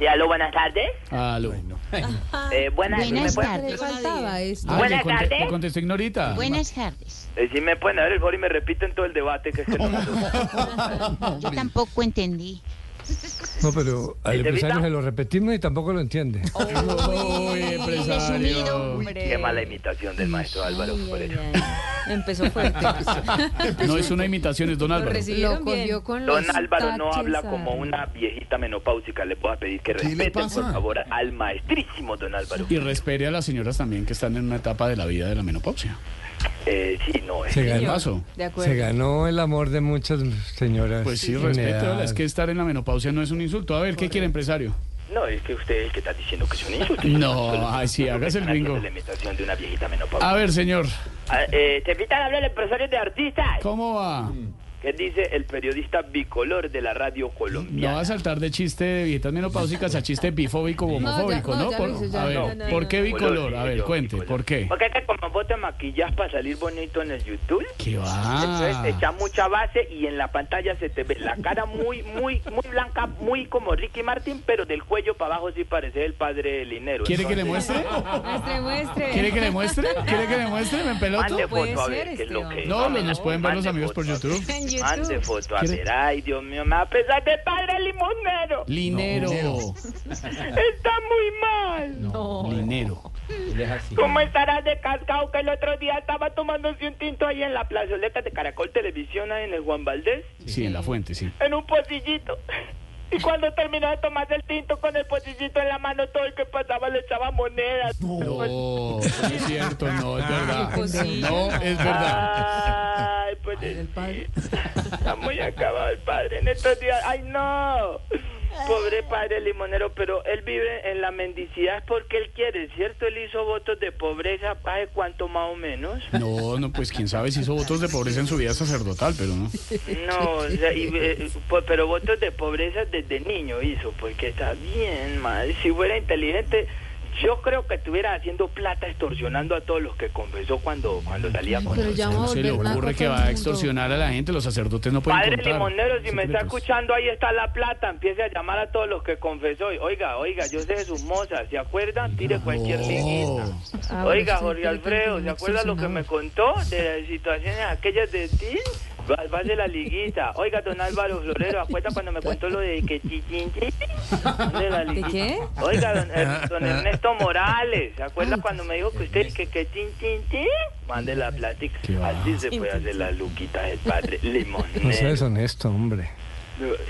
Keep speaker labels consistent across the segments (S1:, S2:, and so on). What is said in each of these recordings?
S1: Ya aló, buenas tardes.
S2: Aló. Ay, no.
S1: Eh, buenas,
S3: Buenas
S1: ¿me puede-
S3: tardes.
S4: Le faltaba esto.
S2: Ah,
S1: Buenas
S2: le conte-
S1: tardes.
S2: le contesté ignorita.
S3: Buenas tardes.
S1: eh, si me pueden dar el favor y me repiten todo el debate que es que no me
S3: Yo tampoco entendí.
S5: No, pero al
S1: ¿Este
S5: empresario
S1: Vita?
S5: se lo repetimos y tampoco lo entiende.
S2: Uy, empresario.
S1: Qué mala imitación del maestro Álvaro por eso.
S4: Empezó fuerte.
S2: No es una imitación, es Don
S4: Lo
S2: Álvaro.
S4: recibieron
S6: Lo
S4: bien.
S6: cogió con los
S1: Don Álvaro no
S6: taches
S1: habla
S6: a-
S1: como una viejita menopáusica. Le puedo pedir que
S7: ¿Qué le
S1: respeten, por
S7: pasa?
S1: favor, al maestrísimo Don Álvaro.
S2: Y respete a las señoras también que están en una etapa de la vida de la menopausia.
S1: Eh, sí, no, es
S5: Se
S2: ¿Qué
S5: ganó,
S2: paso?
S4: De
S5: se
S4: acuerdo.
S5: ganó el amor de muchas señoras.
S2: Pues sí,
S5: en
S2: respeto.
S5: edad.
S2: Es que estar en la menopausia no es un insulto. A ver, ¿qué quiere empresario?
S1: No, es que usted es el que está diciendo que es un insulto.
S2: No,
S1: Solo-
S2: ay, sí,
S1: solo que
S2: hágase el
S1: están haciendo
S2: gringo.
S1: La imitación de una viejita
S2: A
S1: menopáusica.
S2: ver, señor,
S1: Ah, eh, te invitan a hablar el empresario de artistas.
S2: ¿cómo va?
S1: ¿Qué dice el periodista bicolor de la radio colombiana?
S2: No va a saltar de chiste de viejitas menopáusicas a chiste bifóbico
S6: No,
S2: o
S6: ya-
S2: homofóbico,
S6: no,
S2: ¿no?
S6: ya
S2: Por-
S6: lo hice, ya,
S2: a
S6: no,
S2: ver,
S6: no, no,
S2: ¿por qué
S6: no.
S2: bicolor? A ver,
S1: yo,
S2: cuente,
S1: bicolor.
S2: ¿por qué?
S1: Porque es que como vos te maquillas para salir bonito en el YouTube,
S2: ¿Qué
S1: entonces te
S2: va?
S1: echas mucha base y en la pantalla se te ve la cara muy, muy, muy blanca, muy como Ricky Martin, pero del cuello para abajo sí parece el padre del dinero.
S2: ¿Quiere que le
S1: Entonces,
S2: muestre?
S4: Muestre, muestre.
S2: ¿Quiere que le muestre? ¿Quiere que le muestre? ¿Me peloto?
S6: pues,
S1: Mande
S4: Puede
S1: foto a ver
S4: ser,
S1: qué es lo
S4: Esteban.
S1: que es.
S2: No,
S1: Mande
S2: los nos
S1: foto,
S2: pueden ver los
S1: mande
S2: amigos por
S1: foto.
S2: YouTube.
S4: En YouTube.
S1: Mande foto a
S2: ¿Quiere-
S1: ver. Ay, Dios mío, me va a pesar de padre limonero.
S2: Linero.
S1: Está muy mal.
S4: No.
S2: Linero.
S1: ¿Cómo estarás de cascado que el otro día estaba tomándose un tinto ahí en la plazoleta de Caracol Televisión, ahí en el Juan Valdés?
S2: Sí, en la fuente, sí.
S1: en un pocillito. Y cuando terminó de tomarse el tinto con el pocillito en la mano, todo el que pasaba le echaba monedas.
S2: No, eso no es cierto, no, es verdad.
S4: Imposible.
S2: No, es verdad.
S1: Ay, pues está muy acabado el padre en estos días. Ay, no. Pobre padre limonero, pero él vive en la mendicidad porque él quiere, ¿cierto? Él hizo votos de pobreza, ¿sabe cuánto más o menos?
S2: No, no, pues quién sabe si hizo votos de pobreza en su vida sacerdotal, pero no.
S1: No, o sea, y, eh, po- pero votos de pobreza desde niño hizo, porque está bien, madre. Si fuera inteligente, yo creo que estuviera haciendo plata extorsionando a todos los que confesó cuando, cuando salía con
S6: Pero
S1: los-
S6: ya vamos
S2: No
S6: a
S2: se le
S6: volver naco
S2: ocurre
S6: a
S2: que
S6: todo
S2: va a
S6: el mundo.
S2: extorsionar a la gente, los sacerdotes no pueden
S1: Padre
S2: contar.
S1: Limonero, si me está
S2: Secretos.
S1: escuchando, ahí está la plata. Empiece a llamar a todos los que confesó. Y, Oiga, oiga, yo sé de sus mozas. ¿Se acuerdan? Tire cualquier liguita.
S2: No.
S6: Ah, bueno,
S1: Oiga,
S6: estoy
S1: Jorge Alfredo, ¿se
S6: completamente
S1: acuerda lo que me
S6: obsesionado.
S1: contó de las situaciones aquellas de ti? Va- Vas de la liguita. Oiga, don Álvaro Florero, ¿acuerda cuando me contó lo de que chiquín de la liguita?
S4: qué?
S1: Oiga, don, Er- don Ernesto Morales, ¿se acuerda cuando me dijo que usted que que chin chin chin? Mande la plática.
S2: Qué va.
S1: Así se puede hacer la luquita del padre limonero.
S5: No seas deshonesto, hombre.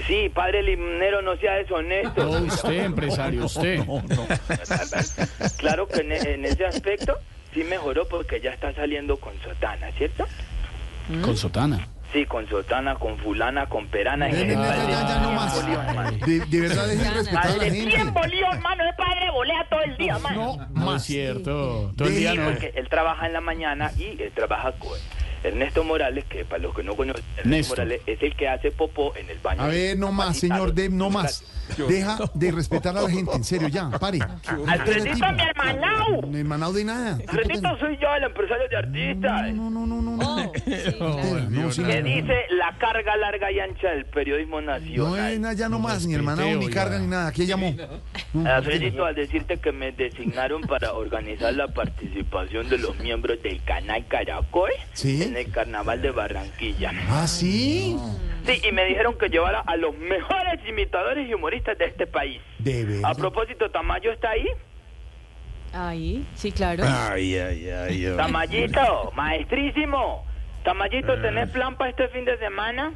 S1: Sí, padre limonero, no sea deshonesto.
S2: No, usted, empresario, usted.
S1: Claro que en, en ese aspecto sí mejoró porque ya está saliendo con sotana, ¿cierto?
S2: Con sotana.
S1: Sí, con sotana, con fulana, con perana.
S7: Ven, ven, ven, ya, ya, ya, no más. De, de verdad, dejen respetar a la
S1: Padre, 100
S7: gente.
S1: bolívares, mano, es padre, volea todo el día, mano.
S2: No, no es cierto. Todo el
S7: Sí,
S2: día no.
S1: Porque él trabaja en la mañana y él trabaja con Ernesto Morales, que para los que no conocen, Ernesto
S2: Néstor.
S1: Morales es el que hace popó en el baño.
S7: A ver, no más, señor Dem, no más. Deja de respetar a la gente, en serio, ya, pare.
S1: Alfredito, mi hermanao.
S7: Mi hermanao de nada.
S1: Alfredito, Oh, soy yo, el empresario de artistas.
S7: No, no, no, no, no. No, sí,
S1: Que
S7: no, no.
S1: dice la carga larga y ancha del periodismo
S7: No,
S1: nacional.
S7: no, ya no más, ni
S2: respete,
S7: hermanao, ni
S2: oiga.
S7: carga, ni nada. ¿Quién llamó?
S1: Alfredito, Ah, al decirte que me designaron para organizar la participación de los miembros del canal Caracol
S7: ¿Sí?
S1: en el carnaval de Barranquilla.
S7: Ah, sí.
S1: Sí, y me dijeron que llevara a los mejores imitadores y humoristas de este país.
S7: Debe.
S1: A propósito, Tamayo está ahí.
S4: Ahí, sí, claro.
S1: Tamayito, maestrísimo. Tamayito, ¿tenés plan para este fin de semana?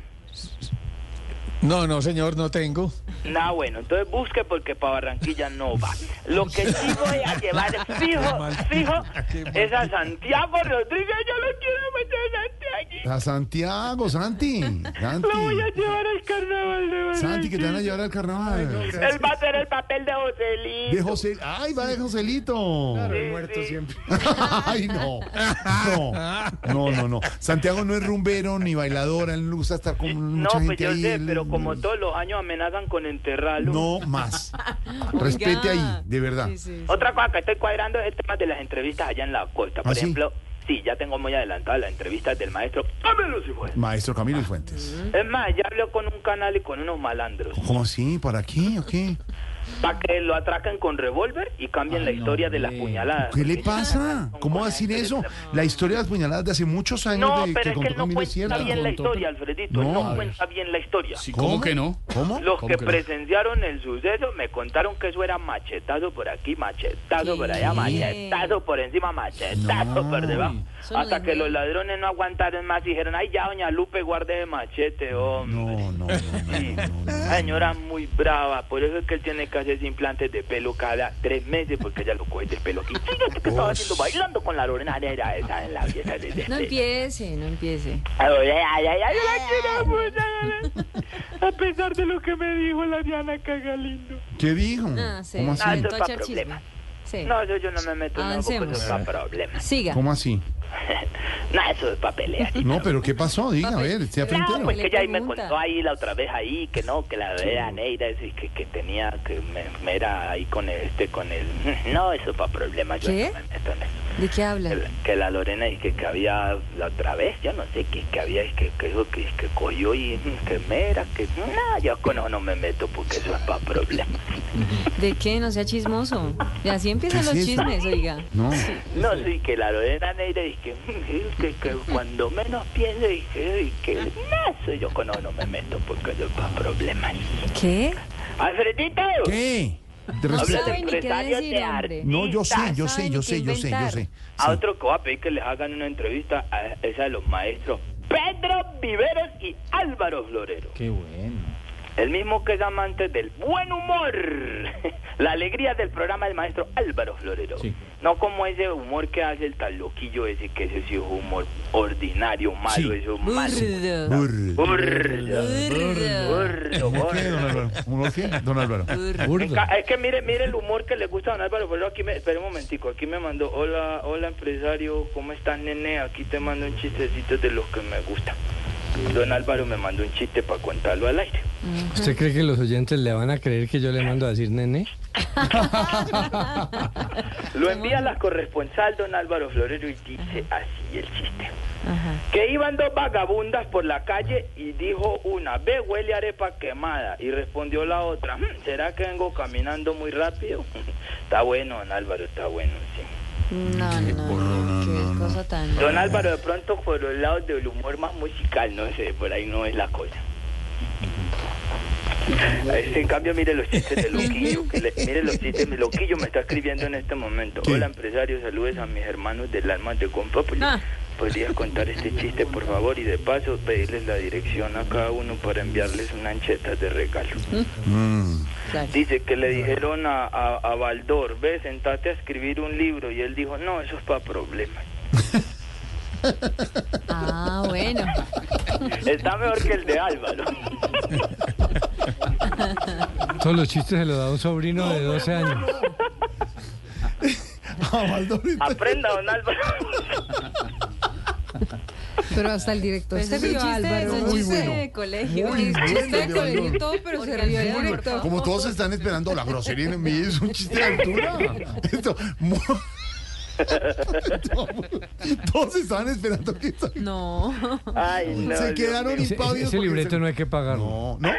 S8: No, no, señor, no tengo.
S1: Nah, bueno, entonces busque porque para Barranquilla no va. Lo que sí voy a llevar fijo, fijo, es a Santiago Rodríguez. Yo lo quiero meter a Santiago.
S7: A Santiago, Santi. Santi.
S1: Lo voy a llevar al carnaval de
S7: Santi, que te van a
S1: Barranquilla.
S7: llevar al carnaval.
S1: Él va a hacer el papel de Joselito.
S7: De José. ¡Ay, va de Joselito!
S1: Sí, sí.
S7: ¡Ay, no! No, no, no, no. Santiago no es rumbero ni bailador. Él le gusta estar con
S1: No,
S7: mucha
S1: pues
S7: gente
S1: yo
S7: ahí.
S1: sé,
S7: él-
S1: pero como todos los años amenazan con enterrarlo.
S7: No más. Respete
S4: Oiga.
S7: ahí, de verdad.
S4: Sí, sí, sí.
S1: Otra cosa que estoy cuadrando es el tema de las entrevistas allá en la costa. Por
S7: ¿Ah, sí?
S1: ejemplo, sí, ya tengo muy adelantada las entrevistas del maestro Pablo Cifuentes.
S7: Maestro Camilo y Fuentes.
S1: Es más, ya habló con un canal y con unos malandros.
S7: ¿Cómo así? ¿Para qué? ¿O qué?
S1: para que lo atracan con revólver y cambien la historia de las puñaladas.
S7: ¿Qué le pasa? ¿Cómo va a decir eso? La historia de las puñaladas de hace muchos años
S1: No,
S7: de,
S1: pero es que él
S7: contó
S1: no
S7: Camilo es
S1: cuenta
S7: cierta.
S1: bien la
S2: contó-
S1: historia, Alfredito. él
S7: No, a
S1: no
S7: ver.
S1: cuenta bien la historia.
S2: Sí, ¿Cómo,
S7: ¿Cómo?
S2: que no?
S7: ¿Cómo?
S1: Los
S2: ¿Cómo
S1: que
S2: que no?
S1: presenciaron el suceso me contaron que eso era machetado por aquí, machetado por allá,
S4: ¿Qué?
S1: machetado por encima, machetado
S7: No.
S1: por debajo.
S4: Eso no
S1: Hasta
S4: es
S1: que
S4: mío.
S1: los ladrones no aguantaron más y dijeron, ay, ya, doña Lupe, guarde de machete, hombre.
S7: No, no, no, no,
S1: Sí.
S7: no, no, no.
S1: La señora muy brava, por eso es que él tiene que hacerse implantes de pelo cada tres meses, porque ella lo coge del pelo aquí. Fíjate que estaba haciendo bailando con la Lorena era esa en la fiesta de- este. de-
S4: No
S1: de-
S4: empiece, no empiece.
S1: Ay, ay, ay, ay, la quiero mucho, Diana. A pesar de lo que me dijo la Diana Cagalindo.
S7: ¿Qué dijo?
S4: Ah, sí.
S7: ¿Cómo
S1: No,
S7: así?
S1: eso es
S4: Todo
S1: pa'
S4: echar chisme.
S1: problemas.
S4: Sí.
S1: No, yo, yo no me meto en eso,
S4: Eh, Avancemos.
S1: eso es para problemas.
S4: Siga.
S7: ¿Cómo así?
S1: no, eso es para pelear.
S7: No, pero ¿qué pasó? Diga, a ver, sea
S4: Claro,
S7: frentero.
S1: Porque ella ahí me
S4: pregunta.
S1: contó ahí la otra vez ahí que no, que la de Neira es que, que tenía, que me, me era ahí con este, con el... No, eso es para problemas, yo
S4: ¿Qué? Eh.
S1: no me meto en eso.
S4: ¿De qué
S1: Que
S4: habla?
S1: la- que la Lorena y que, que había la otra vez, yo no sé qué que había, y que, que dijo que, que cogió y mm, que mera, que no, yo con eso no me meto porque eso es para problemas.
S4: ¿De qué? No sea chismoso. Y así empiezan
S7: ¿Qué
S4: los
S7: es eso?
S4: chismes, oiga.
S7: No,
S1: No, sí, que la Lorena Neira y que, mm, y que, que cuando menos pienso y que, y que
S7: Ah.
S1: no, eso yo con eso no me meto porque eso es para problemas.
S4: ¿Qué?
S1: ¡Alfredito!
S7: ¿qué? De
S4: No
S7: respeto.
S4: sabe ni qué
S1: empresarios
S4: decir,
S1: de
S4: hombre.
S7: No, yo sé, yo
S4: sabe
S7: sé,
S4: ni
S7: yo
S4: qué
S7: sé, yo sé, yo
S4: inventar.
S7: sé.
S1: A otro que voy a pedir que les hagan una entrevista a esa de los maestros Pedro Viveros y Álvaro Florero.
S8: Qué bueno.
S1: El mismo que es amante del buen humor. La alegría del programa del maestro Álvaro Florero.
S8: Sí.
S1: No como ese humor que hace el tal loquillo ese, que ese sí es humor ordinario, malo,
S7: Sí.
S1: eso malo.
S4: Burdo.
S7: Burro.
S1: Burdo,
S4: Burdo.
S1: burdo,
S7: ¿Qué, don
S1: burdo.
S7: Álvaro? ¿Uno qué, don Álvaro?
S1: En ca- Es que mire, mire el humor que le gusta a don Álvaro Florero. Aquí me, espera un momentico, aquí me mandó, hola, hola empresario, ¿cómo estás nene? Aquí te mando un chistecito de los que me gusta. Don Álvaro me mandó un chiste para contarlo al aire.
S5: ¿Usted cree que los oyentes le van a creer que yo le mando a decir nene?
S1: Lo envía la corresponsal don Álvaro Florero y dice así el chiste.
S4: Ajá.
S1: Que iban dos vagabundas por la calle y dijo una, ve, huele a arepa quemada. Y respondió la otra, "Hmm, ¿será que vengo caminando muy rápido? está bueno, don Álvaro, está bueno, sí.
S4: No, no, qué cosa tan.
S1: Don Álvaro, de pronto por los lados del humor más musical, no sé, por ahí no es la cosa. Este, en cambio, mire los chistes de Loquillo. que le- mire los chistes, mi Loquillo me está escribiendo en este momento.
S7: ¿Qué?
S1: Hola, empresario, saludes a mis hermanos del alma de Compópolis.
S4: Ah.
S1: ¿Podrías contar este chiste, por favor? Y de paso, pedirles la dirección a cada uno para enviarles una ancheta de regalo.
S7: Mm.
S4: Claro.
S1: Dice que le dijeron a, a, a Baldor, ve, sentate a escribir un libro. Y él dijo, no, eso es para problemas.
S4: Ah, bueno.
S1: Está mejor que el de Álvaro.
S5: Todos los chistes se los da un sobrino de 12 años.
S7: Ah, Baldor,
S1: Aprenda, don Álvaro.
S6: Pero hasta el director
S4: Pues
S6: se
S4: ese es un
S6: rió,
S4: chiste, es
S6: Álvaro.
S4: un
S7: Muy
S4: chiste
S7: bueno.
S4: de colegio.
S7: Muy
S4: Es
S7: bueno,
S4: chiste de
S7: Álvaro.
S4: colegio y todo, pero se rió el
S6: Organizado, por
S4: director.
S7: Como todos están esperando la grosería en mí, es un chiste de altura. Esto, mu- todos estaban esperando que esta-
S4: No.
S1: Ay, no,
S7: se
S1: Dios
S7: quedaron
S1: mío.
S5: Ese,
S7: impávidos.
S5: ese
S7: porque
S5: libreto
S7: se-
S5: no hay que pagarlo.
S7: No, no.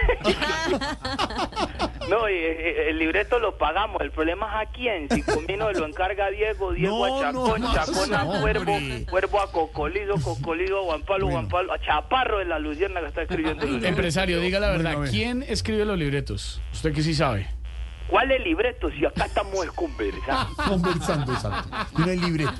S1: No, y, eh, el libreto lo pagamos. El problema es a quién. Si Comino lo encarga a Diego, Diego
S7: No,
S1: a
S7: no,
S1: Chacón,
S7: no,
S1: Chacón a
S7: hombre.
S1: Cuervo, Cuervo a Cocolizo, Cocolizo a Juan Pablo, Juan Pablo a Chaparro de la Lucierna que está escribiendo. los libros.
S2: Empresario, diga la
S7: Bueno, a
S2: verdad,
S7: ver.
S2: ¿quién escribe los libretos? Usted que sí sabe.
S1: ¿Cuál es el libreto? Si acá estamos conversando.
S7: Conversando, exacto. Y no hay libreto.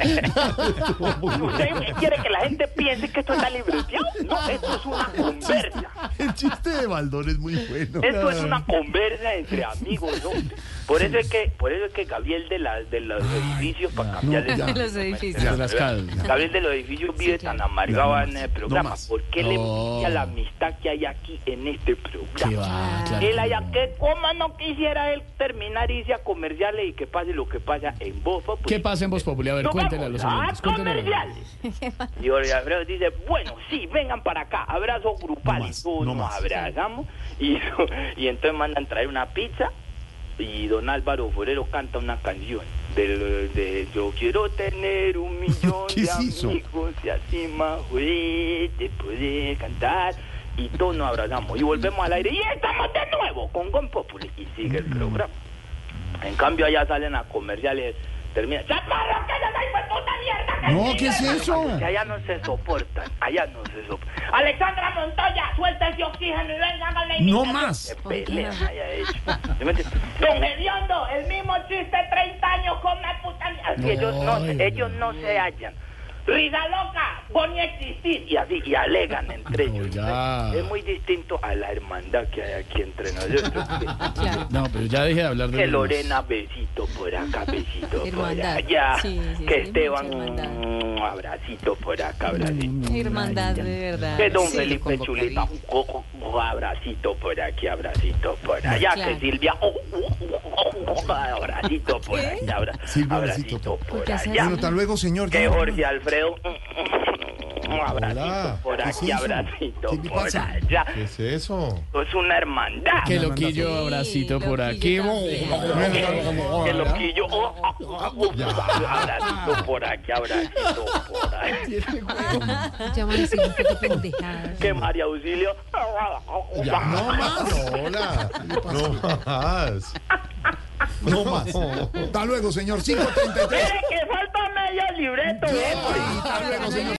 S7: Estuvo muy bueno.
S1: ¿Usted quiere que la gente piense que esto está libreteado? No, esto es una conversa.
S7: El chiste de Baldor es muy bueno.
S1: Esto es una conversa entre amigos, hombre. Por eso es que, por eso es que Gabriel de, la, de los edificios, para cambiar
S7: ya.
S4: De los edificios.
S2: De las casas.
S1: Gabriel de los edificios vive tan amargado en el
S7: No
S1: programa.
S7: más.
S1: ¿Por qué le
S2: No.
S1: envidia la amistad que hay aquí en este
S2: Que
S1: programa?
S2: va, claro.
S1: Él allá que coma no quisiera él terminar irse a comerciales y que pase lo que pasa en Pues Bofa.
S2: ¿Qué pasa en Voz Populi? A ver, cuéntele a los oyentes.
S1: a
S2: cuéntele a los oyentes.
S1: comerciales. Y Jorge Alfredo dice, bueno, sí, vengan para acá, abrazos
S7: No
S1: grupales.
S7: más,
S1: Todos
S7: no
S1: nos
S7: más.
S1: abrazamos y, y entonces mandan traer una pizza y don Álvaro Forero canta una canción de, de yo quiero tener un millón
S7: ¿Qué
S1: de
S7: es eso?
S1: amigos y así más güey, te puede cantar y todos nos abrazamos y volvemos al aire y estamos de nuevo con Gon Populi y sigue
S7: Mm.
S1: el programa. En cambio allá salen a comerciales, termina, ¡Chaparro, que ya no hay puta mierda! que
S7: No,
S1: sigue
S7: ¿qué es
S1: el programa".
S7: eso?
S1: Que allá no se soportan, allá no se soportan. Alexandra Montoya, suelta ese oxígeno y venga con la
S7: No
S1: imitación".
S7: más.
S1: Qué pelea haya hecho. ¿Sí me entiendes? Don Hediondo, el mismo chiste 30 años con la puta mierda. Así ellos no,
S2: Ay.
S1: ellos no se hallan. Risa loca, por ni existir. Y así, y alegan entre
S2: No,
S1: ellos.
S2: ya.
S1: Es muy distinto a la hermandad que hay aquí entre nosotros.
S2: No, pero ya dejé de hablar de
S1: Que
S2: los-
S1: Lorena, besito por acá, besito por
S4: Hermandad.
S1: allá.
S4: Sí, sí,
S1: que
S4: sí,
S1: Esteban,
S4: mucha hermandad.
S1: un abracito por acá, abracito.
S4: Hermandad, de verdad.
S1: Que don
S4: Sí,
S1: Felipe
S4: con
S1: Chuleta,
S4: bocadillo.
S1: un co- co- abracito por aquí, abracito por allá.
S4: Claro.
S1: Que Silvia, oh, oh, oh, oh, abracito por aquí, abra-
S7: Silvia, besito.
S1: abracito por
S4: Porque hace
S1: allá.
S7: Bueno, hasta luego, señor.
S1: Que
S7: Ya.
S1: Jorge Alfredo, mm, abracito
S8: Hola,
S1: por
S7: ¿qué es
S1: aquí,
S7: eso?
S1: abracito
S7: ¿Qué le
S1: por
S7: pasa?
S1: allá.
S8: ¿Qué es eso?
S1: Es una hermandad.
S2: Que
S7: Me manda-
S2: loquillo,
S4: Sí,
S2: abracito por
S4: loquillo
S2: aquí.
S4: también.
S7: Bueno, claro, como-
S1: Que loquillo, oh, oh, oh, oh, abracito por aquí, abracito por allí.
S6: Llaman así un poco pendejadas.
S1: Que María Auxilio,
S8: Ya, no más. Hola. No más.
S7: No más. Hasta luego, señor. 533.
S1: Mire que falta medio libreto, ¿eh?
S7: Hasta luego, señor.